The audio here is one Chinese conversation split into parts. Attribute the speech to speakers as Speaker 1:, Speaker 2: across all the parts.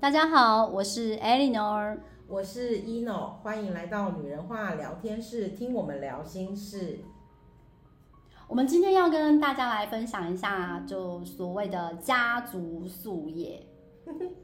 Speaker 1: 大家好，我是 Eleanor。
Speaker 2: 我是 ino，欢迎来到女人话聊天室，听我们聊心事。
Speaker 1: 我们今天要跟大家来分享一下，就所谓的家族宿业。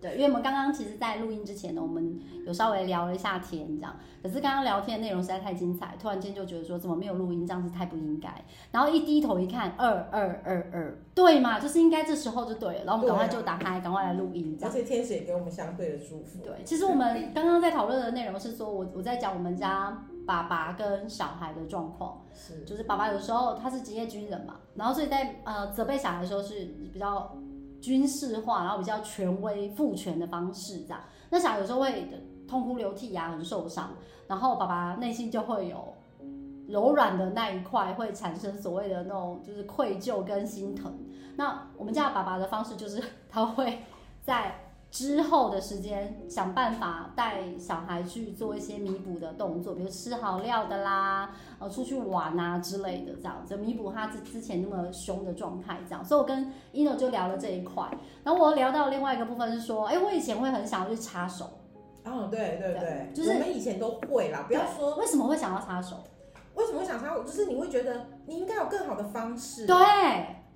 Speaker 1: 对，因为我们刚刚其实，在录音之前呢，我们有稍微聊了一下天，这样。可是刚刚聊天的内容实在太精彩，突然间就觉得说，怎么没有录音，这样是太不应该。然后一低头一看，二二二二，对嘛，就是应该这时候就对了。然后我们赶快就打开，赶快来录音，这
Speaker 2: 而
Speaker 1: 样。
Speaker 2: 且天使也给我们相对的祝福。
Speaker 1: 对，其实我们刚刚在讨论的内容是说，我我在讲我们家爸爸跟小孩的状况。
Speaker 2: 是
Speaker 1: 就是爸爸有时候他是职业军人嘛，然后所以在呃责备小孩的时候是比较军事化，然后比较权威父权的方式这样。那小孩有时候会痛哭流涕啊，很受伤，然后爸爸内心就会有柔软的那一块会产生所谓的那种就是愧疚跟心疼。那我们家的爸爸的方式就是他会在之后的时间想办法带小孩去做一些弥补的动作，比如吃好料的啦，呃出去玩啊之类的，这样子弥补他之之前那么凶的状态，这样。所以我跟 ino 就聊了这一块，然后我聊到另外一个部分是说，哎、我以前会很想要去插手，
Speaker 2: 哦，对对对，
Speaker 1: 就是
Speaker 2: 我们以前都会啦。不要说
Speaker 1: 为什么会想要插手？
Speaker 2: 为什么会想插我，就是你会觉得你应该有更好的方式，
Speaker 1: 对，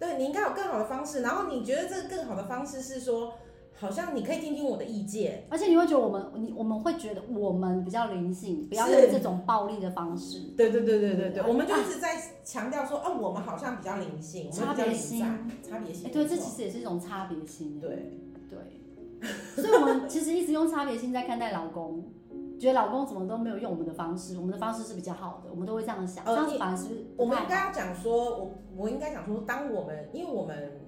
Speaker 2: 对，你应该有更好的方式。然后你觉得这个更好的方式是说，好像你可以听听我的意见，
Speaker 1: 而且你会觉得我们，你我们会觉得我们比较灵性，不要用
Speaker 2: 是
Speaker 1: 这种暴力的方式，
Speaker 2: 对对对对对
Speaker 1: 对
Speaker 2: 对，我们就一直在强调说，啊，我们好像比较灵性，我们
Speaker 1: 差
Speaker 2: 比较
Speaker 1: 别
Speaker 2: 理
Speaker 1: 心。
Speaker 2: 性，差别
Speaker 1: 哎
Speaker 2: 性。
Speaker 1: 对，
Speaker 2: 没
Speaker 1: 这
Speaker 2: 错
Speaker 1: 其实也是一种差别心。
Speaker 2: 对，
Speaker 1: 对，所以我们其实一直用差别心在看待老公，觉得老公怎么都没有用我们的方式，我们的方式是比较好的，我们都会这样想，
Speaker 2: 呃
Speaker 1: 这样子反而是不
Speaker 2: 我们
Speaker 1: 太
Speaker 2: 应该要讲说，我我应该讲说，当我们因为我们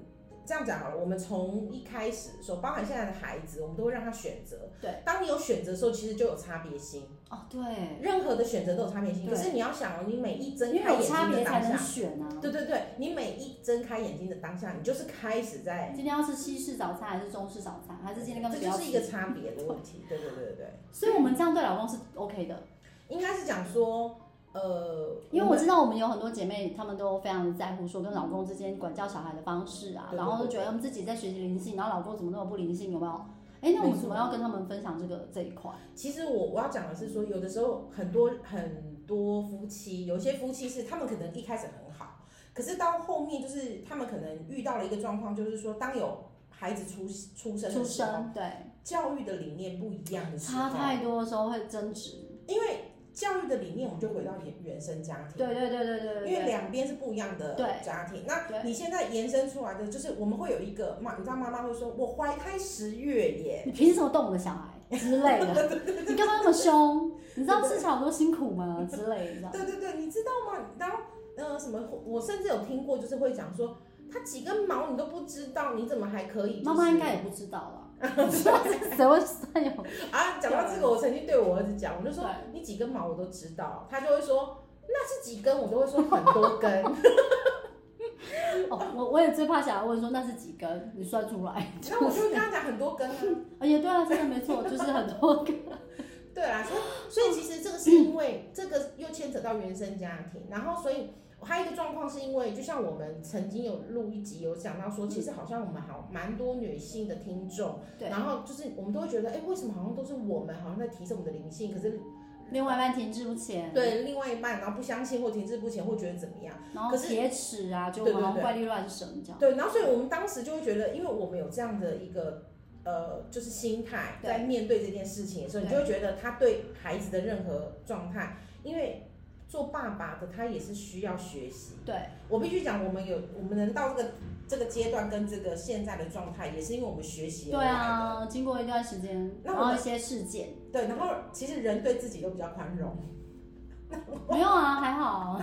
Speaker 2: 这样讲好了，我们从一开始说，包含现在的孩子，我们都会让他选择。
Speaker 1: 对，
Speaker 2: 当你有选择的时候，其实就有差别心，
Speaker 1: 哦，对，
Speaker 2: 任何的选择都有差别心。
Speaker 1: 对
Speaker 2: 可是你要想哦，你每一睁
Speaker 1: 因
Speaker 2: 开
Speaker 1: 为有
Speaker 2: 眼
Speaker 1: 差
Speaker 2: 睛
Speaker 1: 别
Speaker 2: 的
Speaker 1: 才
Speaker 2: 当
Speaker 1: 能
Speaker 2: 下，
Speaker 1: 选啊。
Speaker 2: 对对对，你每一睁开眼睛的当下，你就是开始在，
Speaker 1: 今天要吃西式早餐还是中式早餐，还是今天根
Speaker 2: 这
Speaker 1: 本不
Speaker 2: 就
Speaker 1: 要
Speaker 2: 是一个
Speaker 1: 吃？
Speaker 2: 差别的问题。 对对对对对，
Speaker 1: 所以我们这样对老公是 OK 的，
Speaker 2: 应该是讲说，呃，
Speaker 1: 因为
Speaker 2: 我
Speaker 1: 我
Speaker 2: 们
Speaker 1: 知道我们有很多姐妹，她们都非常的在乎说跟老公之间管教小孩的方式啊，
Speaker 2: 对对
Speaker 1: 然后就
Speaker 2: 对
Speaker 1: 觉得我们自己在学习灵性，然后老公怎么那么不灵性，有没有？哎，那我们怎么要跟他们分享这个这一块？
Speaker 2: 其实我我要讲的是说，有的时候很多很多夫妻，有些夫妻是他们可能一开始很好，可是到后面就是他们可能遇到了一个状况，就是说当有孩子出出生
Speaker 1: 出
Speaker 2: 的时候，
Speaker 1: 生对。
Speaker 2: 教育的理念不一样的时哦
Speaker 1: 差
Speaker 2: 候，
Speaker 1: 太多的时候会争执。
Speaker 2: 因为教育的理念我们就回到原原生家庭。
Speaker 1: 对对对对对对
Speaker 2: 因为
Speaker 1: 对。
Speaker 2: 两边是不一样的
Speaker 1: 对
Speaker 2: 家庭，那
Speaker 1: 对
Speaker 2: 你现在延伸出来的就是我们会有一个妈，你知道妈妈会说，我怀胎十月耶，
Speaker 1: 你凭什么动我的小孩之类 的？你干嘛那么凶？你知道吃草有多辛苦吗？之类的。
Speaker 2: 对对对，你知道吗？然后呃，什么？我甚至有听过，就是会讲说，他几根毛你都不知道，你怎么还可以、就是
Speaker 1: 妈妈应该也不知道 啦，谁会算有？
Speaker 2: 啊。讲到这个，我曾经对我儿子讲，我就说
Speaker 1: 对
Speaker 2: 你几根毛我都知道，他就会说那是几根，我都会说很多 根。
Speaker 1: 哦，我我也最怕小孩问说那是几根，你算出来。
Speaker 2: 那我就会跟他讲很多根啊。
Speaker 1: 而且对啊，真的没错，就是很多根。
Speaker 2: 对啦， 所以所以其实这个是因为这个又牵扯到原生家庭，然后所以还有一个状况是因为，就像我们曾经有录一集有讲到说，其实好像我们好蛮多女性的听众，
Speaker 1: 对
Speaker 2: 然后就是我们都会觉得，哎、为什么好像都是我们好像在提升我们的灵性，可是
Speaker 1: 另外一半停滞不前，，
Speaker 2: 对另外一半然后不相信或停滞不前，或觉得怎么样？
Speaker 1: 然后
Speaker 2: 可是
Speaker 1: 铁齿啊，就
Speaker 2: 对
Speaker 1: 好
Speaker 2: 对
Speaker 1: 像
Speaker 2: 对
Speaker 1: 怪力乱神这样。
Speaker 2: 对，然后所以我们当时就会觉得，因为我们有这样的一个呃，就是心态
Speaker 1: 对
Speaker 2: 在面对这件事情的时候，你就会觉得他对孩子的任何状态，因为做爸爸的他也是需要学习。
Speaker 1: 对，
Speaker 2: 我必须讲，我们有我们能到这个这个阶段跟这个现在的状态，也是因为我们学习而
Speaker 1: 对
Speaker 2: 来的。
Speaker 1: 啊，经过一段时间，
Speaker 2: 那
Speaker 1: 然
Speaker 2: 我
Speaker 1: 后一些事件，
Speaker 2: 对，然后其实人对自己都比较宽容，
Speaker 1: 没有啊，还好。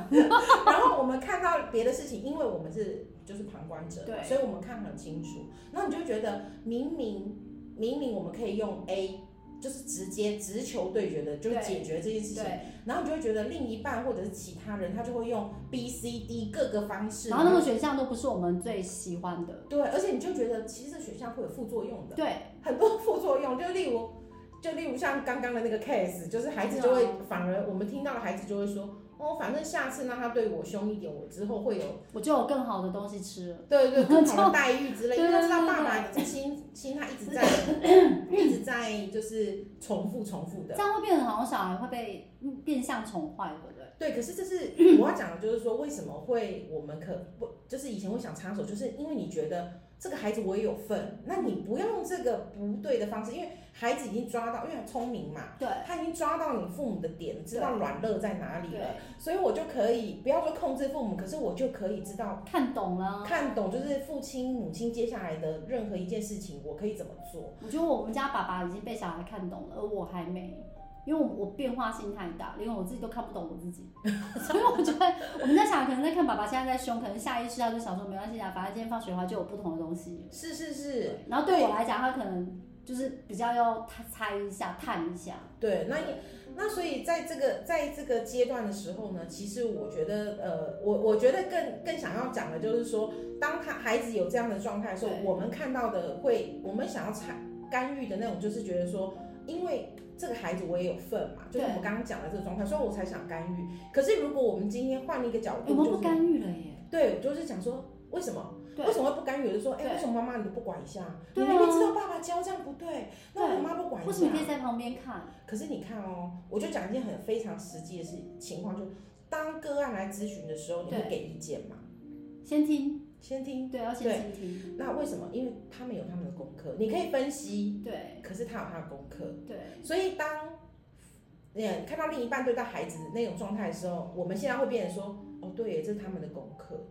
Speaker 2: 然后我们看到别的事情，因为我们是就是旁观者嘛，
Speaker 1: 对
Speaker 2: 所以我们看很清楚。那你就觉得明明明明我们可以用 A，就是直接直球对决的， 就是
Speaker 1: 对
Speaker 2: 解决这件事情。
Speaker 1: 对，
Speaker 2: 然后你就会觉得另一半或者是其他人，他就会用 B、C、D 各个方式。
Speaker 1: 然后那个选项都不是我们最喜欢的。
Speaker 2: 对，而且你就觉得其实这选项会有副作用的，
Speaker 1: 对，
Speaker 2: 很多副作用，就例如就例如像刚刚的那个 case，就是孩子就会、
Speaker 1: 对啊
Speaker 2: 反而我们听到的孩子就会说。哦，反正下次让他对我凶一点，我之后会有
Speaker 1: 我就有更好的东西吃了。
Speaker 2: 对对，更好的待遇之类，
Speaker 1: 对
Speaker 2: 因为他知道
Speaker 1: 对对
Speaker 2: 爸爸
Speaker 1: 对
Speaker 2: 的这心心他一直在一直再就是重复重复的
Speaker 1: 这。样会变成好像小孩会被嗯变相宠坏，对不对？
Speaker 2: 对，可是 这是我要讲的，就是说为什么会我们可不就是以前会想插手，就是因为你觉得这个孩子我也有份，那你不要用这个不对的方式，因为孩子已经抓到，因为他聪明嘛，
Speaker 1: 对
Speaker 2: 他已经抓到你父母的点，知道软肋在哪里了，
Speaker 1: 对，
Speaker 2: 所以我就可以不要说控制父母，可是我就可以知道
Speaker 1: 看懂了。
Speaker 2: 看懂，就是父亲母亲接下来的任何一件事情，我可以怎么做。
Speaker 1: 我觉得我们家爸爸已经被小孩看懂了，而我还没，因为我我变化性太大，连我自己都看不懂我自己， 所以我觉得我们家小孩可能在看爸爸现在在凶，可能下意识他就想说没关系啊，反正今天放学的话就有不同的东西。
Speaker 2: 是是是，
Speaker 1: 然后对我来讲，他可能就是比较要猜猜一下、探一下，
Speaker 2: 对，那也那所以在这个在这个阶段的时候呢，其实我觉得呃，我我觉得更更想要讲的就是说，当他孩子有这样的状态的时候，
Speaker 1: 对
Speaker 2: 我们看到的会，我们想要参干预的那种，就是觉得说，因为。这个孩子我也有份嘛，就是我们
Speaker 1: 对
Speaker 2: 刚刚讲的这个状态，所以我才想干预。可是如果我们今天换了一个角
Speaker 1: 哎
Speaker 2: 度，
Speaker 1: 我们不
Speaker 2: 就是
Speaker 1: 干预了耶。
Speaker 2: 对，就是讲说为什么
Speaker 1: 对
Speaker 2: 为什么会不干预？我就说，哎、
Speaker 1: 对
Speaker 2: 为什么妈妈你都不管一下？
Speaker 1: 对啊
Speaker 2: 你明明知道爸爸教这样不对，那
Speaker 1: 对
Speaker 2: 我妈不管一
Speaker 1: 为
Speaker 2: 下
Speaker 1: 什么你可以在旁边看？
Speaker 2: 可是你看哦，我就讲一件很非常实际的事情况，就是当个案来咨询的时候，你会
Speaker 1: 对
Speaker 2: 给意见嘛？
Speaker 1: 先听，
Speaker 2: 先听。
Speaker 1: 对，要先先听，
Speaker 2: 那为什么？因为他们有他们的功课，你可以分析，
Speaker 1: 对
Speaker 2: 可是他有他的功课，
Speaker 1: 对
Speaker 2: 所以当你看到另一半对待孩子那种状态的时候，我们现在会变成说，哦，对耶，这是他们的功课。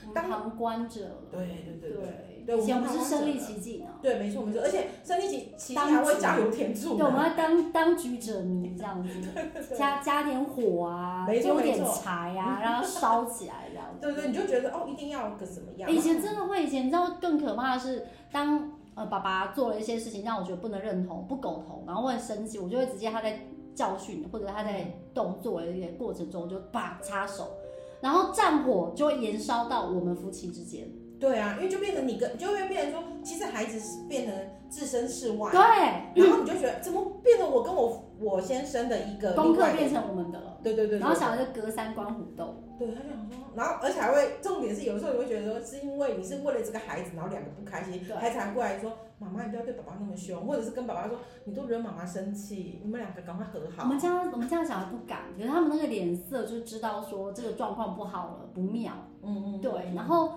Speaker 1: 我们
Speaker 2: 当
Speaker 1: 旁观者了。
Speaker 2: 对对对对
Speaker 1: 对
Speaker 2: 对我
Speaker 1: 以
Speaker 2: 们
Speaker 1: 前我们
Speaker 2: 旁
Speaker 1: 是
Speaker 2: 观
Speaker 1: 身
Speaker 2: 者
Speaker 1: 临
Speaker 2: 了
Speaker 1: 其境啊。
Speaker 2: 对，没错没错，而且生理期其实
Speaker 1: 当
Speaker 2: 还会
Speaker 1: 局
Speaker 2: 加油添醋
Speaker 1: 对，我
Speaker 2: 呢。
Speaker 1: 们要当当局者迷这样子，
Speaker 2: 对
Speaker 1: 加加点火啊，
Speaker 2: 没错
Speaker 1: 丢点
Speaker 2: 没错
Speaker 1: 柴啊，让它烧起来这样子。
Speaker 2: 对对，你就觉得哦，一定要个怎么样？
Speaker 1: 欸以前真的会，以前你知道更可怕的是，当呃爸爸做了一些事情让我觉得不能认同、不苟同，然后会很生气，我就会直接他在教训或者他
Speaker 2: 嗯
Speaker 1: 在动作的一个过程中就啪插手，然后战火就会延烧到我们夫妻之间。
Speaker 2: 对啊，因为就变成你跟就会变成说，其实孩子是变成置身事外，
Speaker 1: 对，
Speaker 2: 然后你就觉得怎么变成我跟我我先生的一个
Speaker 1: 功
Speaker 2: 另外
Speaker 1: 课
Speaker 2: 的
Speaker 1: 变成我们的了，
Speaker 2: 对对对，
Speaker 1: 然后
Speaker 2: 对
Speaker 1: 小孩就隔三观虎斗。
Speaker 2: 对他就想说，然后而且还会重点是有时候你会觉得说，是因为你是为了这个孩子，然后两个不开心，
Speaker 1: 对
Speaker 2: 孩子还过来说妈妈你不要对爸爸那么凶，或者是跟爸爸说你都惹妈妈生气，你们两个赶快和
Speaker 1: 我
Speaker 2: 好。
Speaker 1: 们家我们家小孩不敢，可是他们那个脸色就知道说这个状况不好了，不妙。
Speaker 2: 嗯嗯，
Speaker 1: 对，然后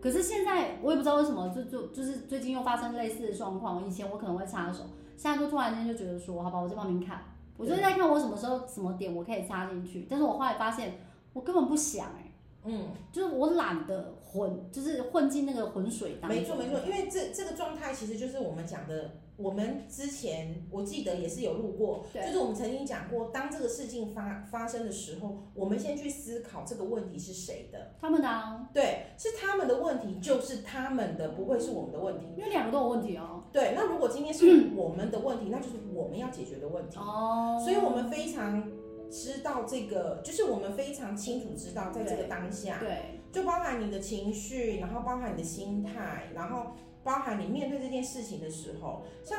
Speaker 1: 可是现在我也不知道为什么，就就就是最近又发生类似的状况。以前我可能会插手，现在就突然间就觉得说，好吧，我在旁边看，我就在看我什么时候什么点我可以插进去。但是我后来发现，我根本不想哎、
Speaker 2: 嗯，
Speaker 1: 就是我懒得混，就是混进那个浑水当中。
Speaker 2: 没错没错，因为这这个状态其实就是我们讲的，我们之前我记得也是有录过，
Speaker 1: 对
Speaker 2: 就是我们曾经讲过，当这个事情发发生的时候，我们先去思考这个问题是谁的，
Speaker 1: 他们的、啊，
Speaker 2: 对，是他们的问题，就是他们的，不会是我们的问题。
Speaker 1: 因为两个都有问题哦。
Speaker 2: 对，那如果今天是我们的问题，那就是我们要解决的问题。
Speaker 1: 嗯哦，
Speaker 2: 所以我们非常知道这个，就是我们非常清楚知道，在这个当下，
Speaker 1: 对
Speaker 2: 就包含你的情绪，然后包含你的心态，然后包含你面对这件事情的时候，像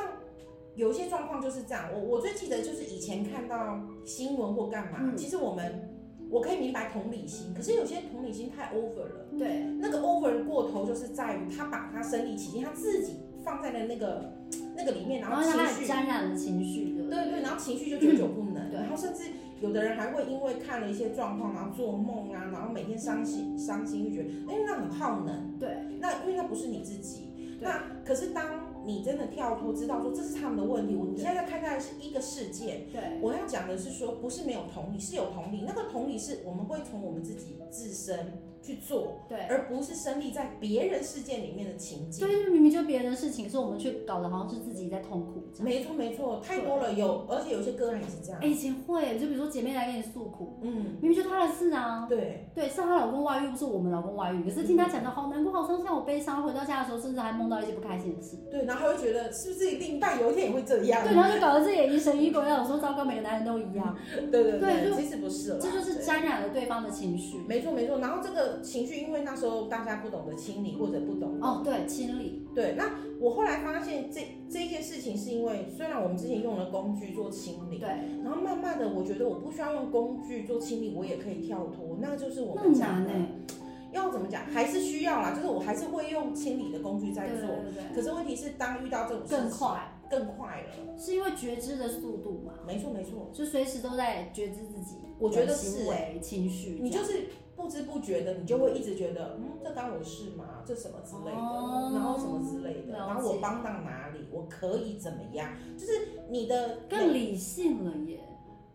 Speaker 2: 有一些状况就是这样。我我最记得就是以前看到新闻或干嘛，
Speaker 1: 嗯
Speaker 2: 其实我们我可以明白同理心，可是有些同理心太 over 了。
Speaker 1: 对
Speaker 2: 那个 over 过头就是在于他把他身临其境，他自己放在了那个那个里面，然
Speaker 1: 然后
Speaker 2: 后
Speaker 1: 让
Speaker 2: 情
Speaker 1: 他也
Speaker 2: 绪，
Speaker 1: 沾染了情绪，对不
Speaker 2: 对对，然后情绪就久久不能，
Speaker 1: 嗯对
Speaker 2: 然后甚至有的人还会因为看了一些状况，然后做梦啊，然后每天伤心伤心，就觉得哎那很耗能，
Speaker 1: 对
Speaker 2: 那因为那不是你自己，
Speaker 1: 对
Speaker 2: 那可是当你真的跳脱，知道说这是他们的问题，我你现在在看待的是一个事件。
Speaker 1: 对
Speaker 2: 我要讲的是说，不是没有同理，是有同理。那个同理是我们会从我们自己自身去做，
Speaker 1: 对
Speaker 2: 而不是身历在别人事件里面的情景。
Speaker 1: 对，明明就别人的事情，可是我们却搞得好像是自己在痛苦这样。
Speaker 2: 没错没错，太多了，有而且有些个案也是这样
Speaker 1: 哎、。以前会，就比如说姐妹来跟你诉苦，
Speaker 2: 嗯，
Speaker 1: 明明就她的事啊，
Speaker 2: 对，
Speaker 1: 对，是她老公外遇，不是我们老公外遇。可是听她讲的好难过、好伤心、好悲伤，回到家的时候，甚至还梦到一些不开心的事。
Speaker 2: 对，然后还会觉得是不是自己另一半有一天也会这样？
Speaker 1: 对，然后就搞得自己也疑神疑鬼，有时候糟糕，每个男人都一样，
Speaker 2: 对对
Speaker 1: 对就
Speaker 2: 其实不是啦，
Speaker 1: 这就是
Speaker 2: 对
Speaker 1: 沾染嗯了对方的情绪。
Speaker 2: 没错没错。然后这个情绪，因为那时候大家不懂得清理或者不懂
Speaker 1: 哦，对，清理，
Speaker 2: 对，那我后来发现这这件事情是因为，虽然我们之前用了工具做清理，
Speaker 1: 对，
Speaker 2: 然后慢慢的，我觉得我不需要用工具做清理，我也可以跳脱，那个就是我
Speaker 1: 那
Speaker 2: 们
Speaker 1: 很
Speaker 2: 讲
Speaker 1: 难
Speaker 2: 的
Speaker 1: 哎、
Speaker 2: 要怎么讲，还是需要啦，就是我还是会用清理的工具在
Speaker 1: 对对
Speaker 2: 做。
Speaker 1: 对对，
Speaker 2: 可是问题是，当遇到这种事
Speaker 1: 更
Speaker 2: 情，
Speaker 1: 快，
Speaker 2: 更快了。
Speaker 1: 是因为觉知的速度嘛，
Speaker 2: 没错没错，
Speaker 1: 就随时都在觉知自己，
Speaker 2: 我觉得是欸
Speaker 1: 行为、情绪，
Speaker 2: 你就是不知不觉的，你就会一直觉得，嗯，这干我事吗？这什么之类的，
Speaker 1: 哦
Speaker 2: 然后什么之类
Speaker 1: 了解
Speaker 2: 的，然后我帮到哪里，我可以怎么样？就是你的
Speaker 1: 更理性了耶。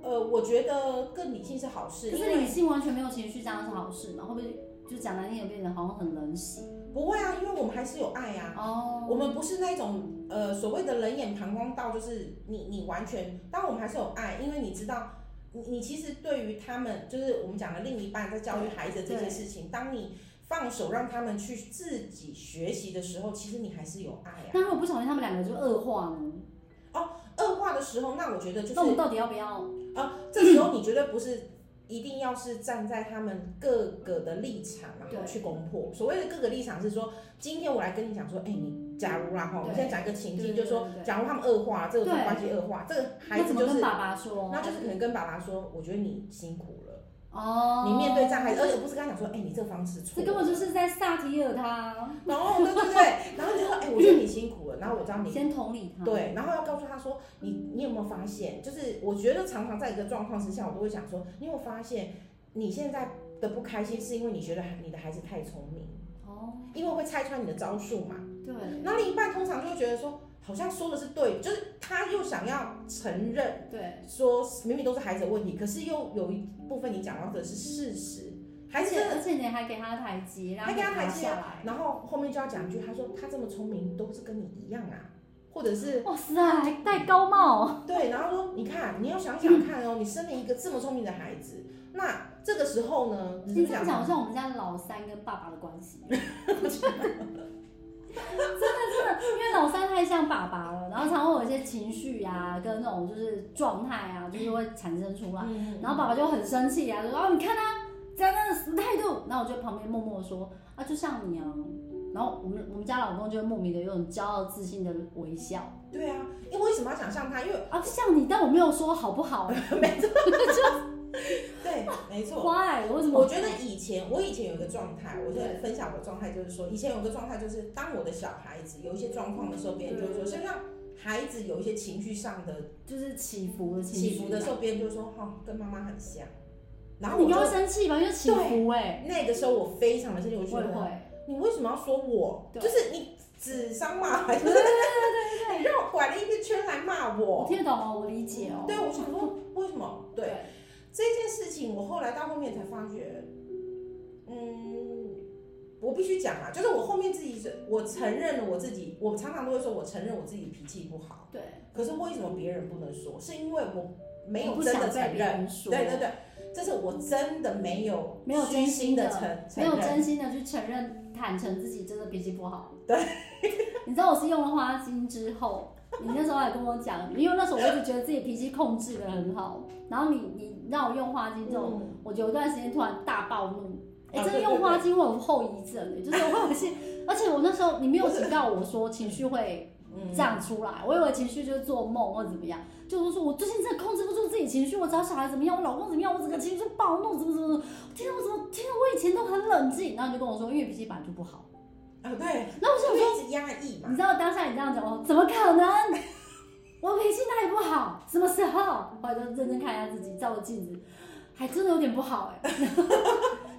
Speaker 2: 呃，我觉得更理性是好事，
Speaker 1: 可
Speaker 2: 因
Speaker 1: 是理
Speaker 2: 为
Speaker 1: 性完全没有情绪，这样是好事嘛？会不会就讲难听点，变得好像很冷血？
Speaker 2: 不会啊，因为我们还是有爱啊。
Speaker 1: 哦，
Speaker 2: 我们不是那种呃所谓的冷眼旁观到，就是你你完全，当然我们还是有爱，因为你知道，你你其实对于他们，就是我们讲的另一半在教育孩子的这些事情，当你放手让他们去自己学习的时候，其实你还是有爱啊。
Speaker 1: 那如果不小心他们两个就恶化呢？
Speaker 2: 哦恶化的时候，那我觉得就是
Speaker 1: 那我们到底要不要？
Speaker 2: 啊，这时候你绝对不是一定要是站在他们各个的立场，然后
Speaker 1: 对
Speaker 2: 去攻破。所谓的各个立场是说，今天我来跟你讲说，哎，你假如啦哈，我们
Speaker 1: 对
Speaker 2: 现在讲一个情
Speaker 1: 对
Speaker 2: 境，
Speaker 1: 对
Speaker 2: 就是说
Speaker 1: 对对，对
Speaker 2: 假如他们恶化，这个
Speaker 1: 对
Speaker 2: 关系恶化，这个孩
Speaker 1: 那
Speaker 2: 子
Speaker 1: 怎
Speaker 2: 就
Speaker 1: 么跟
Speaker 2: 是，
Speaker 1: 爸爸说？
Speaker 2: 那就是可能跟爸爸说，我觉得你辛苦了，
Speaker 1: 哦，
Speaker 2: 你面对这样孩子，而且不是跟他讲说，哎，你这个方式错
Speaker 1: 这
Speaker 2: 了，
Speaker 1: 根本就是在萨提尔他，
Speaker 2: 然后对对对，然后你就说，哎，我觉得你辛苦了，然后我知道你
Speaker 1: 先同理他。
Speaker 2: 对，然后要告诉他说，你你有没有发现？就是我觉得常常在一个状况之下，我都会讲说，你有没有发现你现在的不开心是因为你觉得你的孩子太聪明，
Speaker 1: 哦，
Speaker 2: 因为会拆穿你的招数嘛。
Speaker 1: 对
Speaker 2: 那另一半通常就会觉得说，好像说的是对，就是他又想要承认
Speaker 1: 对，
Speaker 2: 说明明都是孩子的问题，可是又有一部分你讲到的是事实，孩
Speaker 1: 而
Speaker 2: 子
Speaker 1: 且
Speaker 2: 真的。
Speaker 1: 而且你还给他台阶，让
Speaker 2: 还给他
Speaker 1: 爬
Speaker 2: 台啊阶
Speaker 1: 下来。
Speaker 2: 然后后面就要讲一句，他说他这么聪明都是跟你一样啊，或者是
Speaker 1: 哇塞，还戴高帽，
Speaker 2: 对，然后说你看，你要想想看哦，你生了一个这么聪明的孩子，那这个时候呢，你
Speaker 1: 你
Speaker 2: 就
Speaker 1: 这样
Speaker 2: 想
Speaker 1: 讲好像我们家老三跟爸爸的关系。真的真的，因为老三太像爸爸了，然后常会有一些情绪呀、啊，跟那种就是状态啊，就是会产生出来。
Speaker 2: 嗯
Speaker 1: 然后爸爸就很生气啊，就说：“啊，你看他这样那样的死态度。”然后我就旁边默默地说：“啊，就像你啊。”然后我们我们家老公就会莫名的有种骄傲自信的微笑
Speaker 2: 对啊，因为为什么要想象他？因为
Speaker 1: 啊，像你，但我没有说好不好啊
Speaker 2: 对，没错。
Speaker 1: ，why？为什么？
Speaker 2: 我觉得以前我以前有一个状态，我在分享我的状态就是说，以前有个状态就是，当我的小孩子有一些状况的时候，别人就会说，
Speaker 1: 对
Speaker 2: 像让孩子有一些情绪上的
Speaker 1: 就是起伏的情绪
Speaker 2: 起伏的时候，别人就说哈、跟妈妈很像。然
Speaker 1: 啊，
Speaker 2: 后
Speaker 1: 你
Speaker 2: 我
Speaker 1: 不要
Speaker 2: 就
Speaker 1: 生气吧，因为起伏哎、
Speaker 2: 那个时候我非常的生气，我
Speaker 1: 欸，
Speaker 2: 觉
Speaker 1: 会
Speaker 2: 得
Speaker 1: 会。
Speaker 2: 你为什么要说我？
Speaker 1: 对
Speaker 2: 就是你指 桑骂槐，就是 你让我拐了一个圈来骂
Speaker 1: 我
Speaker 2: 我。
Speaker 1: 听得懂哦，我理解哦。
Speaker 2: 对，我想说为什么？对这件事情，我后来到后面才发觉，嗯，我必须讲啊，就是我后面自己是，我承认了我自己，我常常都会说我承认我自己脾气不好，
Speaker 1: 对，
Speaker 2: 可是为什么别人不能说？是因为我没
Speaker 1: 我
Speaker 2: 有
Speaker 1: 不
Speaker 2: 真
Speaker 1: 想
Speaker 2: 的
Speaker 1: 被
Speaker 2: 承
Speaker 1: 别
Speaker 2: 认。
Speaker 1: 人说，
Speaker 2: 对对对，这是我真的没有
Speaker 1: 没有
Speaker 2: 虚
Speaker 1: 真
Speaker 2: 心
Speaker 1: 心
Speaker 2: 的
Speaker 1: 的
Speaker 2: 承承
Speaker 1: 没有
Speaker 2: 认。
Speaker 1: 真心的去承认、坦诚自己真的脾气不 好。对， 你知道我是用了花精之后，你那时候还跟我讲，因为那时候我一直觉得自己脾气控制的很好，然后你你让我用花精之后，
Speaker 2: 嗯
Speaker 1: 我有一段时间突然大暴怒。哎、
Speaker 2: 啊
Speaker 1: 真
Speaker 2: 对
Speaker 1: 的
Speaker 2: 对
Speaker 1: 用花精会有后遗症、欸，就是会有一些， 而且我那时候你没有警告我说情绪会
Speaker 2: 嗯
Speaker 1: 这样出来，我以为情绪就是做梦或者怎么样，就是说我最近真的控制不住自己情绪，我找小孩怎么样，我老公怎么样，我整个情绪就暴怒，怎么怎么怎么，天啊，我怎么天啊，我以前都很冷静，然后你就跟我说，因为脾气本来就不好，
Speaker 2: 啊，对，
Speaker 1: 然后我想
Speaker 2: 就
Speaker 1: 说，
Speaker 2: 一直压抑嘛
Speaker 1: 你。知道当下你这样讲，我怎么可 能？我脾气哪里不好？什么时候？我就认真看一下自己，照着镜子，还真的有点不好 哎、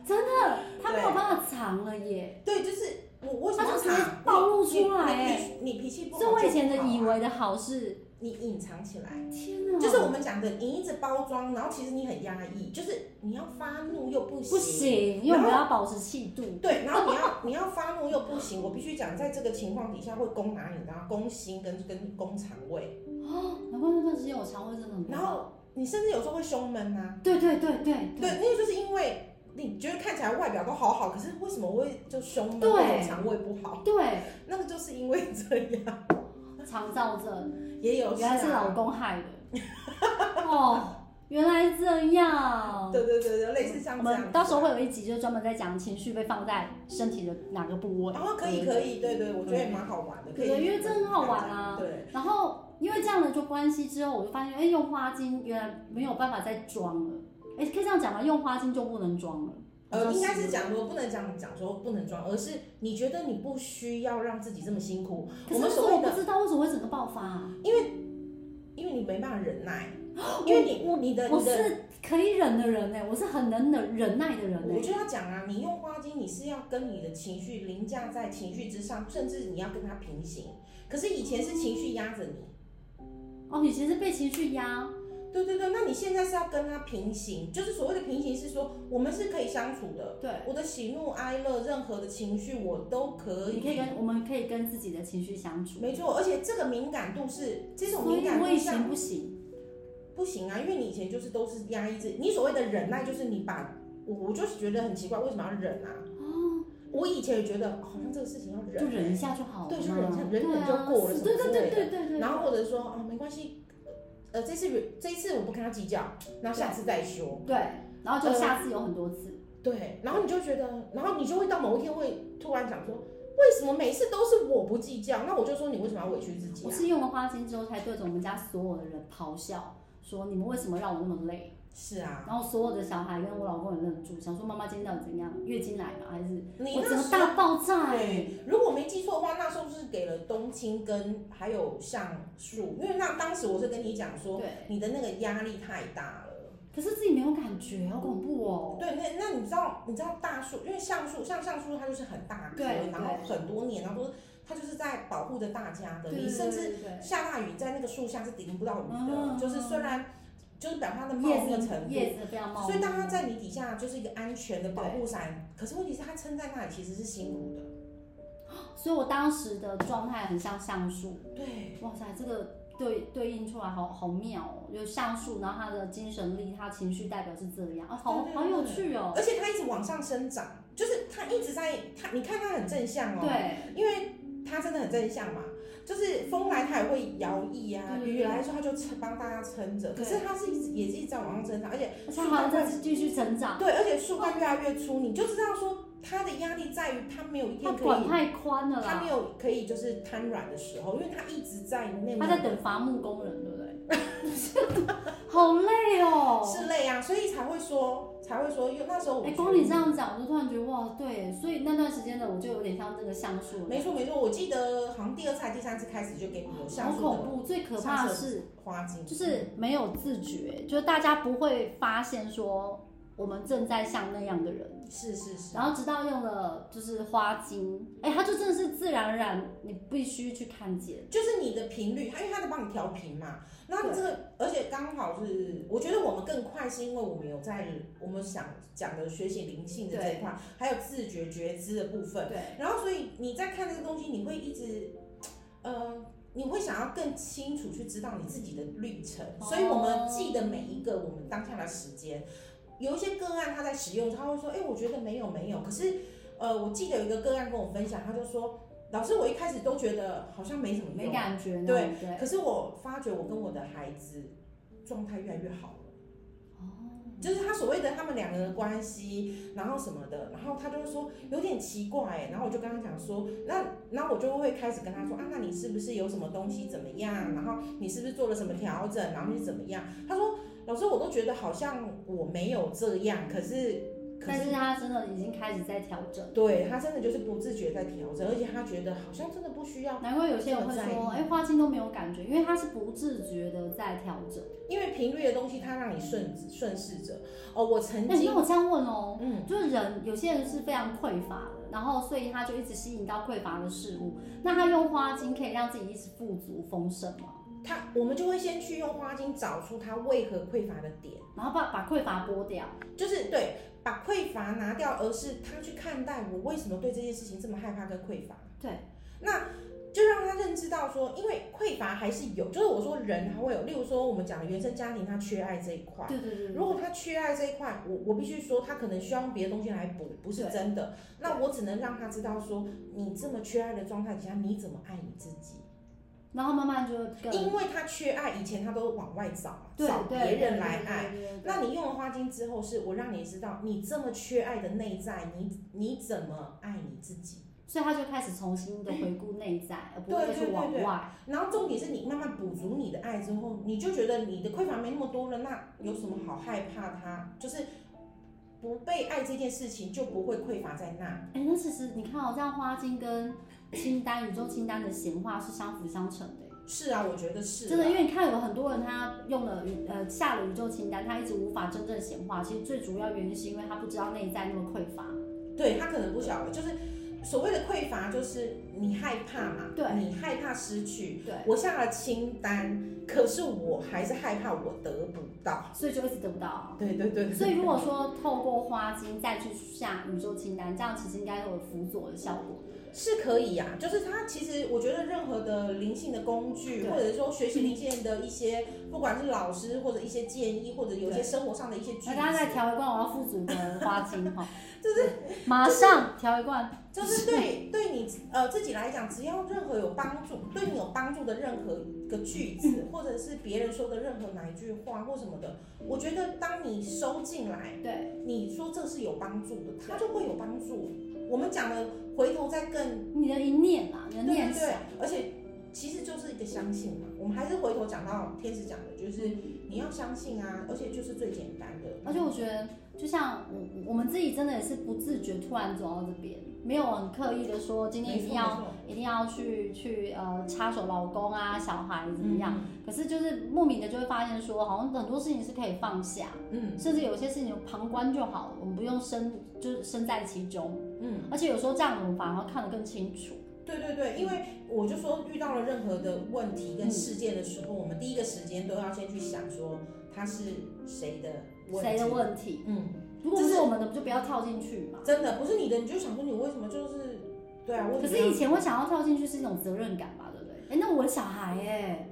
Speaker 1: 真的，他没有办法藏了耶，
Speaker 2: 对，就是我我为什么
Speaker 1: 他
Speaker 2: 要
Speaker 1: 就直接
Speaker 2: 藏
Speaker 1: 暴露出来
Speaker 2: 你你你脾气不好
Speaker 1: 是
Speaker 2: 就不好啊，
Speaker 1: 我以前的以为的好事，
Speaker 2: 你隐藏起来，
Speaker 1: 天哪，
Speaker 2: 就是我们讲的，你一直包装，然后其实你很压抑，就是你要发怒又不行，
Speaker 1: 不行，因为我们要保持气度。
Speaker 2: 对，然后你要 你要发怒又不行，我必须讲，在这个情况底下会攻哪里，你知道，攻心跟跟攻肠胃，
Speaker 1: 哦，难怪那段时间我肠胃真的很不好
Speaker 2: 然后你甚至有时候会胸闷啊呐、
Speaker 1: 对对对对
Speaker 2: 对，那个就是因为。你觉得看起来外表都好好，可是为什么会就胸闷，
Speaker 1: 对
Speaker 2: 或者肠胃不好？
Speaker 1: 对，
Speaker 2: 那个就是因为这样，
Speaker 1: 肠燥症
Speaker 2: 也有
Speaker 1: 原来是
Speaker 2: 啊
Speaker 1: 老公害 的。哦，原来这样。
Speaker 2: 对对对对，类似像
Speaker 1: 我
Speaker 2: 这样子。啊
Speaker 1: 们到时候会有一集，就专门在讲情绪被放在身体的哪个部位。
Speaker 2: 然哦后可以可以，对对，我觉得也蛮好玩的，可
Speaker 1: 对
Speaker 2: 以。
Speaker 1: 对因为这很好玩啊
Speaker 2: 对，
Speaker 1: 然后因为这样的就关系之后，我就发现，哎，用花精原来没有办法再装了。哎，可以这样讲吗？用花精就不能装了。
Speaker 2: 呃，应该是讲说不能讲讲说不能装，而是你觉得你不需要让自己这么辛苦。
Speaker 1: 可是
Speaker 2: 我们
Speaker 1: 为什么
Speaker 2: 所
Speaker 1: 我
Speaker 2: 谓
Speaker 1: 不
Speaker 2: 的，
Speaker 1: 知道为什么会整个爆发啊？
Speaker 2: 因为你没办法忍耐，因为你你的
Speaker 1: 我
Speaker 2: 你的，
Speaker 1: 是可以忍的人呢、欸我是很能忍忍耐的人欸呢、
Speaker 2: 我就要讲啊，你用花精，你是要跟你的情绪凌驾在情绪之上，甚至你要跟它平行。可是以前是情绪压着你，
Speaker 1: 哦，你其实被情绪压，
Speaker 2: 对对对，那你现在是要跟它平行，就是所谓的平行是说我们是可以相处的，
Speaker 1: 对，
Speaker 2: 我的喜怒哀乐任何的情绪我都可以，
Speaker 1: 你可以跟我们可以跟自己的情绪相处，
Speaker 2: 没错，而且这个敏感度是这种
Speaker 1: 所
Speaker 2: 敏
Speaker 1: 以
Speaker 2: 感
Speaker 1: 我
Speaker 2: 度
Speaker 1: 以
Speaker 2: 像
Speaker 1: 前不行，
Speaker 2: 不行啊，因为你以前就是都是压抑自己，你所谓的忍耐就是你把我我就是觉得很奇怪，为什么要忍啊？
Speaker 1: 哦
Speaker 2: 我以前也觉得好像这个事情要
Speaker 1: 就
Speaker 2: 忍，啊
Speaker 1: 忍一下就好了嘛，
Speaker 2: 对就忍一下忍
Speaker 1: 对
Speaker 2: 忍就
Speaker 1: 啊
Speaker 2: 过了
Speaker 1: 是
Speaker 2: 什么
Speaker 1: 对
Speaker 2: 之
Speaker 1: 对对
Speaker 2: 类的
Speaker 1: 对对对，
Speaker 2: 然后或者说啊没关系，呃这次忍这一次我不跟他计较，然后下次再说。
Speaker 1: 对，然后就
Speaker 2: 呃
Speaker 1: 下次有很多次，
Speaker 2: 对，然后你就觉得，然后你就会到某一天会突然想说，为什么每次都是我不计较？那我就说你为什么要委屈自己
Speaker 1: 我
Speaker 2: 啊？
Speaker 1: 是用了花精之后才对着我们家所有的人咆哮。说你们为什么让我那么累？
Speaker 2: 是啊，
Speaker 1: 然后所有的小孩跟我老公也愣住，想说妈妈今天到底怎样？月经来吗？还是
Speaker 2: 你
Speaker 1: 我
Speaker 2: 那
Speaker 1: 整个
Speaker 2: 时候
Speaker 1: 大爆炸、欸？
Speaker 2: 对，如果没记错的话，那时候是给了冬青跟还有橡树，因为那当时我是跟你讲说，
Speaker 1: 对，
Speaker 2: 你的那个压力太大了。
Speaker 1: 可是自己没有感觉，好恐怖哦。
Speaker 2: 对，那那你知道你知道大树，因为橡树像橡树它就是很大棵，
Speaker 1: 对
Speaker 2: 然后很多年，然后都它就是在保护着大家的。
Speaker 1: 对
Speaker 2: 你甚至
Speaker 1: 对对
Speaker 2: 下大雨，在那个树下是淋不到雨的，
Speaker 1: 嗯
Speaker 2: 就是虽然就是表示它的
Speaker 1: 对
Speaker 2: 茂密
Speaker 1: 叶
Speaker 2: 程
Speaker 1: 子
Speaker 2: 度。
Speaker 1: 叶子非常茂密，
Speaker 2: 所以当它在你底下就是一个安全的保护伞，可是问题是它撑在那里其实是辛苦的。
Speaker 1: 所以我当时的状态很像橡树，
Speaker 2: 对，
Speaker 1: 哇塞，这个对对应出来好好妙哦，有橡树，然后他的精神力，他情绪代表是这样，啊，好
Speaker 2: 对对
Speaker 1: 好有趣哦，
Speaker 2: 而且它一直往上生长，就是它一直在它，你看它很正向哦，
Speaker 1: 对，
Speaker 2: 因为它真的很正向嘛，就是风来它也会摇曳啊，
Speaker 1: 对对对
Speaker 2: 雨来的时候它就撑帮大家撑着，可
Speaker 1: 嗯对
Speaker 2: 是它是一直也是一直在往上增啊长，而且
Speaker 1: 而且他还在继续成长，
Speaker 2: 对，而且树干越来越粗，你就知道说它的压力在于它没有一
Speaker 1: 他
Speaker 2: 天可
Speaker 1: 管
Speaker 2: 以，
Speaker 1: 太宽了
Speaker 2: 它
Speaker 1: 啦
Speaker 2: 没，有可以就是瘫软的时候，因为它一直在那
Speaker 1: 他在等伐木工人，对不对？好累哦。
Speaker 2: 之类啊，所以才会说才会说，因为那时候我
Speaker 1: 哎，
Speaker 2: 觉
Speaker 1: 光
Speaker 2: 得
Speaker 1: 你这样讲，我就突然觉得哇，对，所以那段时间的我就有点像这个橡树，
Speaker 2: 没错没错，我记得好像第二次还是第三次开始就给你有
Speaker 1: 好
Speaker 2: 像素
Speaker 1: 恐
Speaker 2: 的
Speaker 1: 怖！最可怕的是，
Speaker 2: 花精，
Speaker 1: 就是没有自觉，就是大家不会发现说我们正在像那样的人，
Speaker 2: 是是是，
Speaker 1: 然后直到用了就是花精，哎，它就真的是自然而然，你必须去看见。
Speaker 2: 就是你的频率，它因为它在帮你调频嘛。然后你这个，而且刚好是，我觉得我们更快是因为我们有在我们想讲的学习灵性的这一块，还有自觉觉知的部分。
Speaker 1: 对，
Speaker 2: 然后所以你在看这个东西，你会一直，呃，你会想要更清楚去知道你自己的历程。
Speaker 1: 哦
Speaker 2: 所以我们记得每一个我们当下的时间，有一些个案他在使用，他会说，哎、我觉得没有没有。可是，呃，我记得有一个个案跟我分享，他就说，老师，我一开始都觉得好像没什么
Speaker 1: 没
Speaker 2: 用，啊
Speaker 1: 感觉呢。
Speaker 2: 对
Speaker 1: 对，
Speaker 2: 可是我发觉我跟我的孩子状态越来越好了。
Speaker 1: 哦，
Speaker 2: 就是他所谓的他们两个人的关系，然后什么的，然后他就会说有点奇怪欸，然后我就跟他讲说，那那我就会开始跟他说啊，那你是不是有什么东西怎么样？然后你是不是做了什么调整？然后你怎么样？他说老师，我都觉得好像我没有这样，可是可
Speaker 1: 但
Speaker 2: 是
Speaker 1: 是他真的已经开始在调整。
Speaker 2: 对他真的就是不自觉在调整，而且他觉得好像真的不需要，
Speaker 1: 难怪有些人会
Speaker 2: 这么
Speaker 1: 说，
Speaker 2: 在
Speaker 1: 哎，花精都没有感觉，因为他是不自觉的在调整。
Speaker 2: 因为频率的东西它让你顺顺势着。哦，我曾
Speaker 1: 哎，
Speaker 2: 经
Speaker 1: 那我这样问哦，
Speaker 2: 嗯。
Speaker 1: 就是人有些人是非常匮乏的，然后所以他就一直吸引到匮乏的事物。那他用花精可以让自己一直富足丰盛嘛，
Speaker 2: 他我们就会先去用花精找出他为何匮乏的点，
Speaker 1: 然后把把匮乏剥掉。
Speaker 2: 就是对把匮乏拿掉，而是他去看待我为什么对这件事情这么害怕跟匮乏。
Speaker 1: 对，
Speaker 2: 那就让他认知到说，因为匮乏还是有，就是我说人还会有，例如说我们讲的原生家庭，他缺爱这一块。
Speaker 1: 对对对对
Speaker 2: 如果他缺爱这一块，我我必须说，他可能需要用别的东西来补，不是
Speaker 1: 对
Speaker 2: 真的。那我只能让他知道说，你这么缺爱的状态底下，你怎么爱你自己？
Speaker 1: 然后慢慢就会更
Speaker 2: 因为他缺爱，以前他都往外找嘛，
Speaker 1: 对
Speaker 2: 找
Speaker 1: 对
Speaker 2: 别人来爱。。
Speaker 1: 对对对对对
Speaker 2: 那你用了花精之后，是我让你知道你这么缺爱的内在，你你怎么爱你自己？
Speaker 1: 所以他就开始重新的回顾内在，而不
Speaker 2: 对
Speaker 1: 会再去
Speaker 2: 对对
Speaker 1: 往
Speaker 2: 对
Speaker 1: 外。
Speaker 2: 然后重点是你慢慢补足你的爱之后，你就觉得你的匮乏没那么多了，那有什么好害怕它？就是不被爱这件事情就不会匮乏在那。
Speaker 1: 哎、那其实你看哦，这样花精跟清单、宇宙清单的显化是相辅相成的耶。
Speaker 2: 是啊，我觉得是、啊。
Speaker 1: 真的，因为你看有很多人他用了宇呃下了宇宙清单，他一直无法真正显化。其实最主要原因是因为他不知道内在那么匮乏。
Speaker 2: 对他可能不晓得，就是所谓的匮乏，就是你害怕嘛，
Speaker 1: 对
Speaker 2: 你害怕失去。
Speaker 1: 对，
Speaker 2: 我下了清单，可是我还是害怕我得不到。
Speaker 1: 所以就一直得不到啊。
Speaker 2: 对对对，
Speaker 1: 所以如果说透过花精再去下宇宙清单，这样其实应该有辅佐的效果。
Speaker 2: 是可以啊，就是它其实我觉得任何的灵性的工具，
Speaker 1: 对
Speaker 2: 或者是说学习灵性的一些，不管是老师或者一些建议，或者有些
Speaker 1: 对
Speaker 2: 生活上的一些句
Speaker 1: 那大家再
Speaker 2: 子，
Speaker 1: 调一罐我要复组的花精哈，
Speaker 2: 就是
Speaker 1: 马上调一罐。
Speaker 2: 就是对对你呃自己来讲，只要任何有帮助，对你有帮助的任何一个句
Speaker 1: 嗯
Speaker 2: 子，或者是别人说的任何哪一句话或什么的，我觉得当你收进来，
Speaker 1: 对，
Speaker 2: 你说这是有帮助的，它就会有帮助。我们讲的回头再更
Speaker 1: 你的一念啊，你的
Speaker 2: 对对
Speaker 1: 念
Speaker 2: 对
Speaker 1: 想，，
Speaker 2: 而且其实就是一个相信嘛。我们还是回头讲到天使讲的，就是你要相信啊，而且就是最简单的。
Speaker 1: 而且我觉得，就像我我们自己真的也是不自觉突然走到这边，没有很刻意的说今天一定要
Speaker 2: 没错
Speaker 1: 一定要去去呃插手老公啊、小孩
Speaker 2: 没错
Speaker 1: 怎么样。
Speaker 2: 嗯
Speaker 1: 可是就是莫名的就会发现说，好像很多事情是可以放下，
Speaker 2: 嗯
Speaker 1: 甚至有些事情旁观就好了，我们不用身就是身在其中。
Speaker 2: 嗯，
Speaker 1: 而且有时候这样我们反而看得更清楚。
Speaker 2: 对对对，因为
Speaker 1: 嗯
Speaker 2: 我就说遇到了任何的问题跟事件的时候，我们第一个时间都要先去想说它是谁的问题。
Speaker 1: 谁的问题？
Speaker 2: 嗯，
Speaker 1: 如果不
Speaker 2: 就是
Speaker 1: 我们的，就不要跳进去嘛。
Speaker 2: 真的不是你的，你就想说你为什么就是对啊？为什么
Speaker 1: 可是以前我想要跳进去是一种责任感吧，对不对？哎、那我的小孩哎、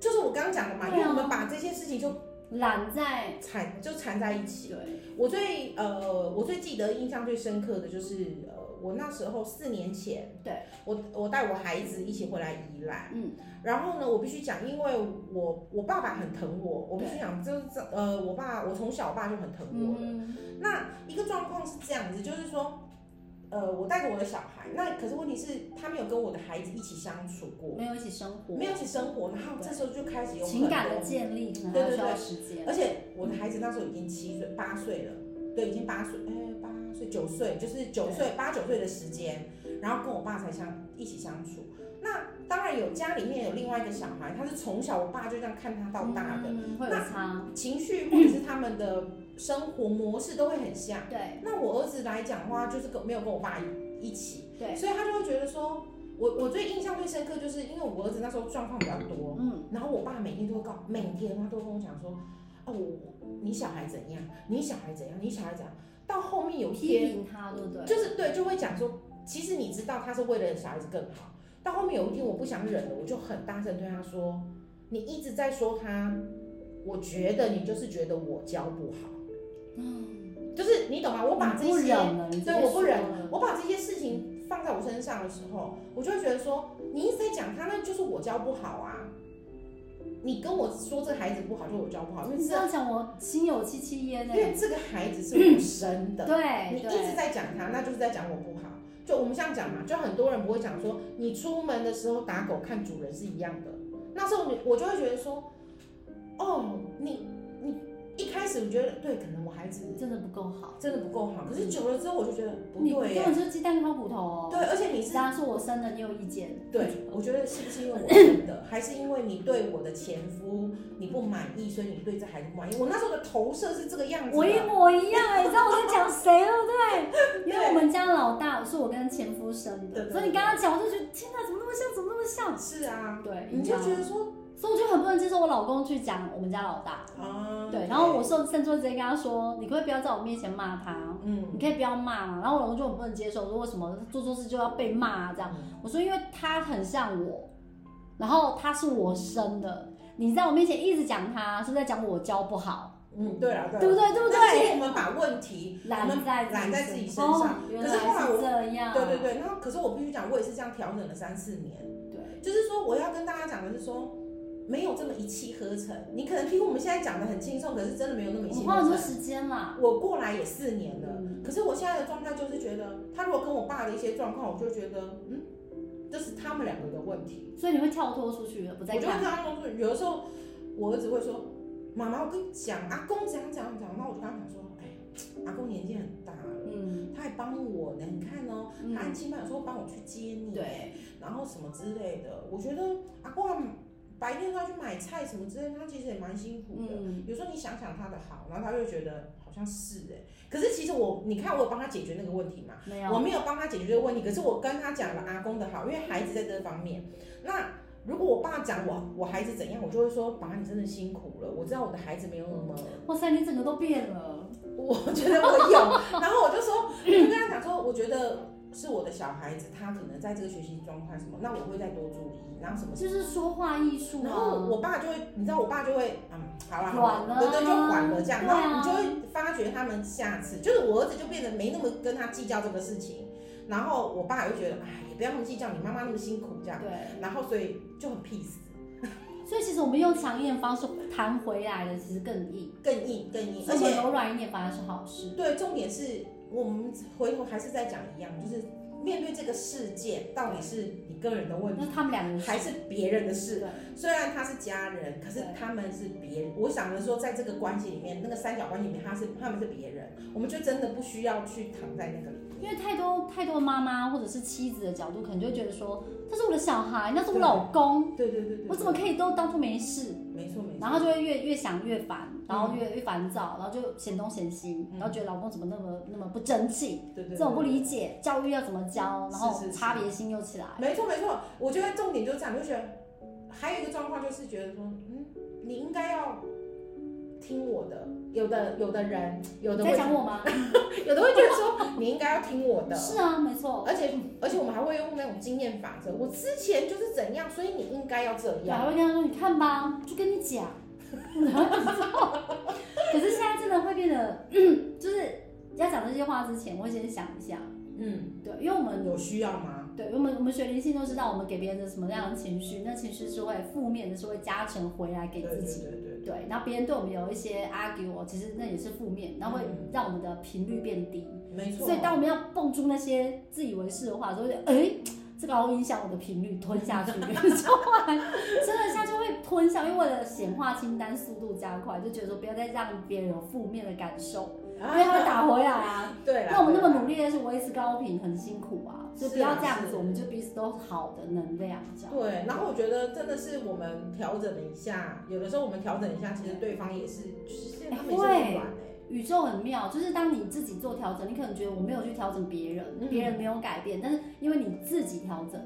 Speaker 2: 就是我刚刚讲的嘛，因
Speaker 1: 对啊
Speaker 2: 为我们把这些事情就
Speaker 1: 懒在
Speaker 2: 缠就缠在一起。
Speaker 1: 对，
Speaker 2: 我最呃，我最记得印象最深刻的就是呃，我那时候四年前，
Speaker 1: 对
Speaker 2: 我我带我孩子一起回来宜兰，
Speaker 1: 嗯，
Speaker 2: 然后呢，我必须讲，因为我我爸爸很疼我，我必须讲，就是这呃，我爸我从小我爸就很疼我了。
Speaker 1: 嗯，
Speaker 2: 那一个状况是这样子，就是说。呃，我带着我的小孩，那可是问题是，他没有跟我的孩子一起相处过，
Speaker 1: 没有一起生活，
Speaker 2: 没有一起生活，然后
Speaker 1: 对
Speaker 2: 这时候就开始有
Speaker 1: 情感
Speaker 2: 很多
Speaker 1: 的建立，可能
Speaker 2: 对
Speaker 1: 还
Speaker 2: 对
Speaker 1: 需要
Speaker 2: 对
Speaker 1: 时间。
Speaker 2: 而且我的孩子那时候已经七岁、八岁了，对，已经八岁，哎、八岁、九岁，就是九岁、八九岁的时间，然后跟我爸才相一起相处。那当然有家里面有另外一个小孩，他是从小我爸就这样看他到大的，
Speaker 1: 嗯、会有差，
Speaker 2: 情绪或者是他们的生活模式都会很像。
Speaker 1: 对
Speaker 2: 那我儿子来讲的话，就是跟没有跟我爸一起，
Speaker 1: 对，
Speaker 2: 所以他就会觉得说，我我最印象最深刻，就是因为我儿子那时候状况比较多，
Speaker 1: 嗯，
Speaker 2: 然后我爸每天都会告，每天他都跟我讲说，哦，我你小孩怎样，你小孩怎样，你小孩怎样。到后面有一
Speaker 1: 批
Speaker 2: 天，
Speaker 1: 评他，对不对？
Speaker 2: 就是对，就会讲说，其实你知道他是为了小孩子更好。到后面有一天，我不想忍了，我就很大声对他说，你一直在说他，我觉得你就是觉得我教不好，
Speaker 1: 嗯，
Speaker 2: 就是你懂吗？我把这
Speaker 1: 你不
Speaker 2: 些
Speaker 1: 忍了，你直接
Speaker 2: 对，我不忍
Speaker 1: 说了，
Speaker 2: 我把这些事情放在我身上的时候，我就会觉得说，你一直在讲他，那就是我教不好啊。你跟我说这个孩子不好，就是我教不好，因为
Speaker 1: 你这
Speaker 2: 这
Speaker 1: 样讲我心有戚戚焉呢欸
Speaker 2: 因。为这个孩子是我生的，你
Speaker 1: 对
Speaker 2: 一直
Speaker 1: 对，
Speaker 2: 在讲他，那就是在讲我不好。就我们这样讲嘛，就很多人不会讲说，你出门的时候打狗看主人是一样的。那时候你我就会觉得说，哦，你你一开始我觉得对，可能我孩子
Speaker 1: 真的不够好，
Speaker 2: 真的不够好，可是久了之后我就觉得不
Speaker 1: 嗯你
Speaker 2: 对
Speaker 1: 根
Speaker 2: 耶、
Speaker 1: 本就是鸡蛋挑骨头哦。
Speaker 2: 对，而且你
Speaker 1: 人
Speaker 2: 是
Speaker 1: 家说我生的，你有意见？
Speaker 2: 对，我觉得是 不是因为我生的，还是因为你对我的前夫你不满意，所以你对这孩子不满意？我那时候的投射是这个样子
Speaker 1: 我一
Speaker 2: 的。
Speaker 1: 模一样哎、你知道我在讲谁了对不对？因为我们家老大是我跟前夫生
Speaker 2: 对对
Speaker 1: 的，
Speaker 2: 对
Speaker 1: 所以你刚刚讲我就觉得天哪，怎么那么像，怎么那么像？
Speaker 2: 是啊，
Speaker 1: 对，
Speaker 2: 你
Speaker 1: 一
Speaker 2: 就
Speaker 1: 样
Speaker 2: 觉得说
Speaker 1: 所以我就很不能接受我老公去讲我们家老大。
Speaker 2: 啊，
Speaker 1: 对，然后我甚甚至会直接跟他说，你可不可以不要在我面前骂他？
Speaker 2: 嗯
Speaker 1: 你可以不要骂嘛。然后我老公就很不能接受，说为什么做错事就要被骂啊这样？我说因为他很像我，然后他是我生的，你在我面前一直讲他，是不是在讲我教不好，
Speaker 2: 嗯，对了对
Speaker 1: 对不
Speaker 2: 了，
Speaker 1: 对？对不
Speaker 2: 但
Speaker 1: 对？
Speaker 2: 是我们把问题，我
Speaker 1: 懒
Speaker 2: 们
Speaker 1: 在
Speaker 2: 懒在自己身
Speaker 1: 哦
Speaker 2: 上
Speaker 1: 原
Speaker 2: 可
Speaker 1: 来
Speaker 2: 是后来我
Speaker 1: 是这样，
Speaker 2: 对对对，然后可是我必须讲，我也是这样调整了三四年。
Speaker 1: 对
Speaker 2: 就是说，我要跟大家讲的是说，没有这么一气呵成。你可能听我们现在讲的很轻松，可是真的没有那么一
Speaker 1: 我
Speaker 2: 气
Speaker 1: 花很
Speaker 2: 呵
Speaker 1: 多
Speaker 2: 成。
Speaker 1: 时间啦。
Speaker 2: 我过来也四年了。
Speaker 1: 嗯
Speaker 2: 可是我现在的状态就是觉得，他如果跟我爸的一些状况，我就觉得，嗯，这是他们两个的问题。
Speaker 1: 所以你会跳脱出去了，不
Speaker 2: 我
Speaker 1: 再
Speaker 2: 就跟
Speaker 1: 看。
Speaker 2: 他说，有的时候我儿子会说，妈妈，我跟你讲，阿公怎样怎样怎样，那我就跟他讲说，哎，阿公年纪很大了，
Speaker 1: 嗯，
Speaker 2: 他还帮我呢，你看哦，
Speaker 1: 嗯
Speaker 2: 他按亲班有时候帮我去接你，
Speaker 1: 对，
Speaker 2: 然后什么之类的，我觉得阿公他白天他去买菜什么之类的，他其实也蛮辛苦的。
Speaker 1: 嗯，
Speaker 2: 有时候你想想他的好，然后他就觉得好像是哎、可是其实我，你看我有帮他解决那个问题嘛，
Speaker 1: 没
Speaker 2: 我
Speaker 1: 有，
Speaker 2: 没有帮他解决这个问题，可是我跟他讲了阿公的好，因为孩子在这方面。那如果我爸讲我我孩子怎样，我就会说爸，你真的辛苦了，我知道我的孩子没有那么，
Speaker 1: 哇塞，你整个都变了，
Speaker 2: 我觉得我有，然后我就说，我就跟他讲说，我觉得。是我的小孩子，他可能在这个学习状况什么，那我会再多注意，然后什么
Speaker 1: 就是说话艺术
Speaker 2: 然后
Speaker 1: 啊，
Speaker 2: 我爸就会，你知道我爸就会，嗯，好啦，
Speaker 1: 管了啊
Speaker 2: 对对，就管了这样，
Speaker 1: 对啊
Speaker 2: 然后你就会发觉他们下次，就是我儿子就变得没那么跟他计较这个事情，然后我爸也会觉得，哎，也不要那么计较，你妈妈那么辛苦这样，
Speaker 1: 对，
Speaker 2: 然后所以就很 peace，
Speaker 1: 所以其实我们用强硬的方式弹回来的，其实更硬，
Speaker 2: 更硬更硬，
Speaker 1: 所
Speaker 2: 而
Speaker 1: 以我们
Speaker 2: 且
Speaker 1: 柔软一点反而是好事。
Speaker 2: 对，重点是我们回头还是在讲一样，就是面对这个事件，到底是你个人的问
Speaker 1: 那
Speaker 2: 题，
Speaker 1: 他们两个
Speaker 2: 还是别人的事
Speaker 1: 是？对，
Speaker 2: 虽然他是家人，可是
Speaker 1: 对
Speaker 2: 他们是别人。我想着说，在这个关系里面，那个三角关系里面，他是他们是别人，我们就真的不需要去躺在那个里面。
Speaker 1: 因为太多太多妈妈或者是妻子的角度，可能就会觉得说，这是我的小孩，那是我
Speaker 2: 对
Speaker 1: 老公，
Speaker 2: 对对对对，
Speaker 1: 我怎么可以都当做没事？
Speaker 2: 没错没错。
Speaker 1: 然后就会越越想越烦，然后越越烦躁，然后就嫌东嫌西，
Speaker 2: 嗯
Speaker 1: 然后觉得老公怎么那么那么不争气，
Speaker 2: 对对对
Speaker 1: 这种不理解，教育要怎么教，然后
Speaker 2: 是是是
Speaker 1: 差别心又起来。
Speaker 2: 没错没错，我觉得重点就是这样，就觉得还有一个状况就是觉得说，嗯，你应该要听我的。有的有的人，有
Speaker 1: 你
Speaker 2: 的
Speaker 1: 在
Speaker 2: 会
Speaker 1: 讲我吗？
Speaker 2: 有的会觉得 说，你应该要听我的。
Speaker 1: 是啊，没错，
Speaker 2: 而且而且我们还会用那种经验法则，我之前就是怎样，所以你应该要这
Speaker 1: 对，啊
Speaker 2: 样。
Speaker 1: 还会跟他说你看吧，就跟你 讲。然后你知道可是现在真的会变得， 就是要讲这些话之前，我会先想一下，
Speaker 2: 嗯，
Speaker 1: 对，因为我们
Speaker 2: 有需要吗？
Speaker 1: 对，我们我们学灵性都知道，我们给别人的什么样的情绪，那情绪是会负面的，是会加成回来给自己。
Speaker 2: 对对对对
Speaker 1: 对，然后别人对我们有一些 argue，哦其实那也是负面，然后会
Speaker 2: 嗯
Speaker 1: 让我们的频率变低。
Speaker 2: 对，没错。
Speaker 1: 所以当我们要蹦出那些自以为是的话，就会觉得哎，这个好影响我的频率，吞下去， 就后来真的下去会吞下，因为为了显化清单速度加快，就觉得说不要再让别人有负面的感受，因为他会
Speaker 2: 啊，
Speaker 1: 打回来啊。
Speaker 2: 对啦
Speaker 1: 那我们那么努力的是维持高频，很辛苦啊，所
Speaker 2: 是啊
Speaker 1: 以不要这样
Speaker 2: 是
Speaker 1: 子，我们就彼此都好的能量这样。
Speaker 2: 对，然后我觉得真的是我们调整了一下，有的时候我们调整一下，其实对方也是，就是现在他们也是
Speaker 1: 哎
Speaker 2: 很
Speaker 1: 会
Speaker 2: 软
Speaker 1: 宇宙很妙，就是当你自己做调整，你可能觉得我没有去调整别人，
Speaker 2: 嗯
Speaker 1: 别人没有改变，但是因为你自己调整，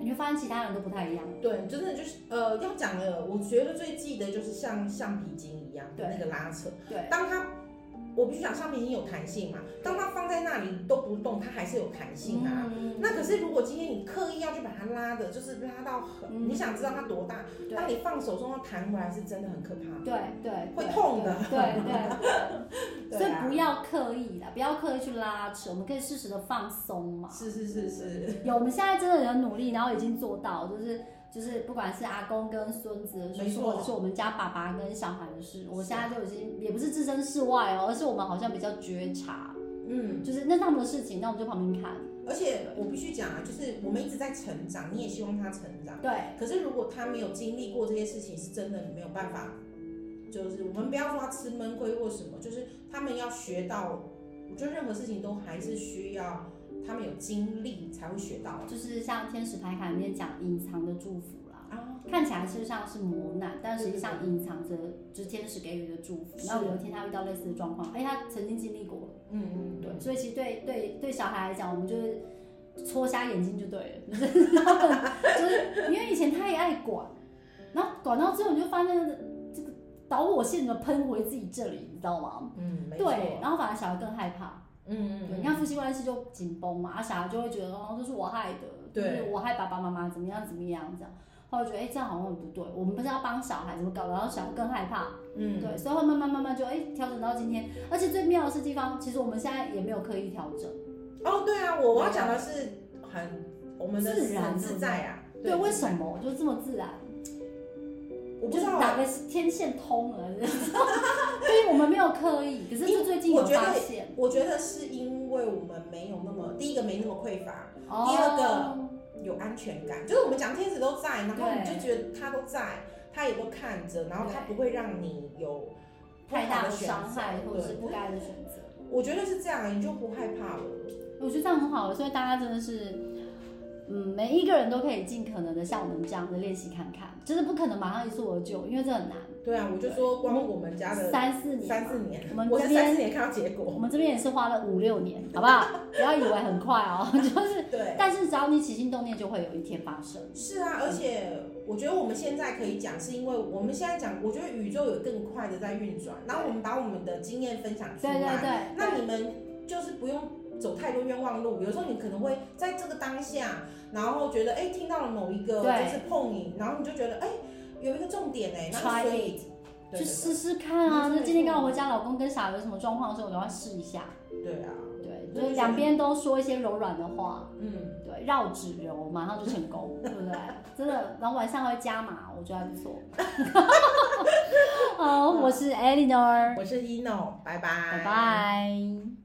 Speaker 1: 你会发现其他人都不太一样。
Speaker 2: 欸对，真的就是呃，要讲的，我觉得最记得就是像橡皮筋一样
Speaker 1: 对
Speaker 2: 那个拉扯，
Speaker 1: 对，
Speaker 2: 当它。我必须讲，橡皮筋有弹性嘛，当它放在那里都不动，它还是有弹性啊。
Speaker 1: 嗯
Speaker 2: 那可是如果今天你刻意要去把它拉的，就是拉到很，
Speaker 1: 嗯
Speaker 2: 你想知道它多大，
Speaker 1: 对
Speaker 2: 当你放手中要弹回来，是真的很可怕。
Speaker 1: 对对，
Speaker 2: 会
Speaker 1: 对
Speaker 2: 痛的
Speaker 1: 对 对对，所
Speaker 2: 对
Speaker 1: 以
Speaker 2: 啊
Speaker 1: 不要刻意啦，不要刻意去拉扯，我们可以适时的放松嘛。
Speaker 2: 是是是是，
Speaker 1: 有，我们现在真的很努力，然后已经做到，就是就是不管是阿公跟孙子的
Speaker 2: 没
Speaker 1: 事，
Speaker 2: 错
Speaker 1: 或者是我们家爸爸跟小孩的事，我现在就已经也不是置身事外哦，而是我们好像比较觉察，
Speaker 2: 嗯，
Speaker 1: 就是那是他们的事情，那我们就旁边看。
Speaker 2: 而且我必须讲啊，就是我们一直在成长，你也希望他成长。
Speaker 1: 对，
Speaker 2: 可是如果他没有经历过这些事情，是真的没有办法。就是我们不要说他吃闷亏或什么，就是他们要学到，我觉得任何事情都还是需要他们有经历才会学到
Speaker 1: 就是像天使牌卡里面讲隐藏的祝福啦。
Speaker 2: 啊。
Speaker 1: 看起来事实上是磨难，但实际上隐藏着就是天使给予的祝福。
Speaker 2: 是
Speaker 1: 然后有一天他遇到类似的状况，哎，他曾经经历过，
Speaker 2: 嗯嗯，
Speaker 1: 对，所以其实对对对小孩来讲，我们就是戳瞎眼睛就对了， 就是他们就是因为以前他也爱管，然后管到最后你就发现这个导火线怎么喷回自己这里，你知道吗？
Speaker 2: 嗯，没错，
Speaker 1: 对，然后反而小孩更害怕，
Speaker 2: 嗯
Speaker 1: 对，你
Speaker 2: 嗯
Speaker 1: 看夫妻关系就紧绷嘛，啊，小孩就会觉得哦，这是我害的，
Speaker 2: 对
Speaker 1: 就是我害爸爸妈妈怎么样怎么样这样。后来觉得，哎、这样好像很不对。我们不是要帮小孩怎么搞的，然后小孩更害怕，
Speaker 2: 嗯，
Speaker 1: 对，所以会慢慢慢慢就哎调、整到今天。而且最妙的是地方，其实我们现在也没有刻意调整。
Speaker 2: 哦，对啊，我我要讲的是很我们的
Speaker 1: 自然哦
Speaker 2: 很自在啊。
Speaker 1: 对，为
Speaker 2: 么？
Speaker 1: 什么就这么自然？
Speaker 2: 我不
Speaker 1: 就
Speaker 2: 知
Speaker 1: 是
Speaker 2: 道啊，
Speaker 1: 哪个天线通了？ 对，我们没有刻意，可是就最近
Speaker 2: 因
Speaker 1: 有
Speaker 2: 为我觉得
Speaker 1: 发 现。
Speaker 2: 我觉得是因为我们没有那么第一个没那么匮乏，
Speaker 1: 哦
Speaker 2: 第二个有安全感，就是我们讲天使都在，然后
Speaker 1: 对
Speaker 2: 你就觉得他都在，他也都看着，然后他
Speaker 1: 对
Speaker 2: 不会让你有
Speaker 1: 太大
Speaker 2: 不好
Speaker 1: 的
Speaker 2: 的选
Speaker 1: 伤害
Speaker 2: 择
Speaker 1: 或者是
Speaker 2: 对
Speaker 1: 不该的选择。
Speaker 2: 我觉得是这样，啊你就不害怕了。
Speaker 1: 我觉得这样很好了，所以大家真的是，嗯，每一个人都可以尽可能的像我们这样的练习看看，就是不可能马上一蹴而就，因为这很难。
Speaker 2: 对啊，我就说光我们家的
Speaker 1: 三四年嘛，
Speaker 2: 三四年，
Speaker 1: 我们
Speaker 2: 我
Speaker 1: 这
Speaker 2: 是
Speaker 1: 边
Speaker 2: 三四年看到结果。
Speaker 1: 我们这边也是花了五六年，好不好？ 不要以为很快哦， 就是，
Speaker 2: 对，
Speaker 1: 但是只要你起心动念，就会有一天发生。
Speaker 2: 是啊，而且我觉得我们现在可以讲，是因为我们现在讲，我觉得宇宙有更快的在运转，然后我们把我们的经验分享出
Speaker 1: 对
Speaker 2: 来，
Speaker 1: 对对，
Speaker 2: 那你们就是不用走太多冤枉路。有时候你可能会在这个当下，然后觉得哎、听到了某一个就
Speaker 1: 对
Speaker 2: 是碰你，然后你就觉得哎、有一个重点哎、那
Speaker 1: Try
Speaker 2: 所以对
Speaker 1: 去
Speaker 2: 对
Speaker 1: 试试看啊！
Speaker 2: 没错
Speaker 1: 就今天刚好我家老公跟小孩有什么状况的时候，我都要试一下。
Speaker 2: 对对啊，
Speaker 1: 对，
Speaker 2: 对
Speaker 1: 就是两边都说一些柔软的话，
Speaker 2: 嗯，
Speaker 1: 对，绕指柔，马上就成功，对 不对？真的，然后晚上还会加码，我觉得还不错。好，我是 Eleanor，
Speaker 2: 我是 Eno，拜拜，
Speaker 1: 拜拜。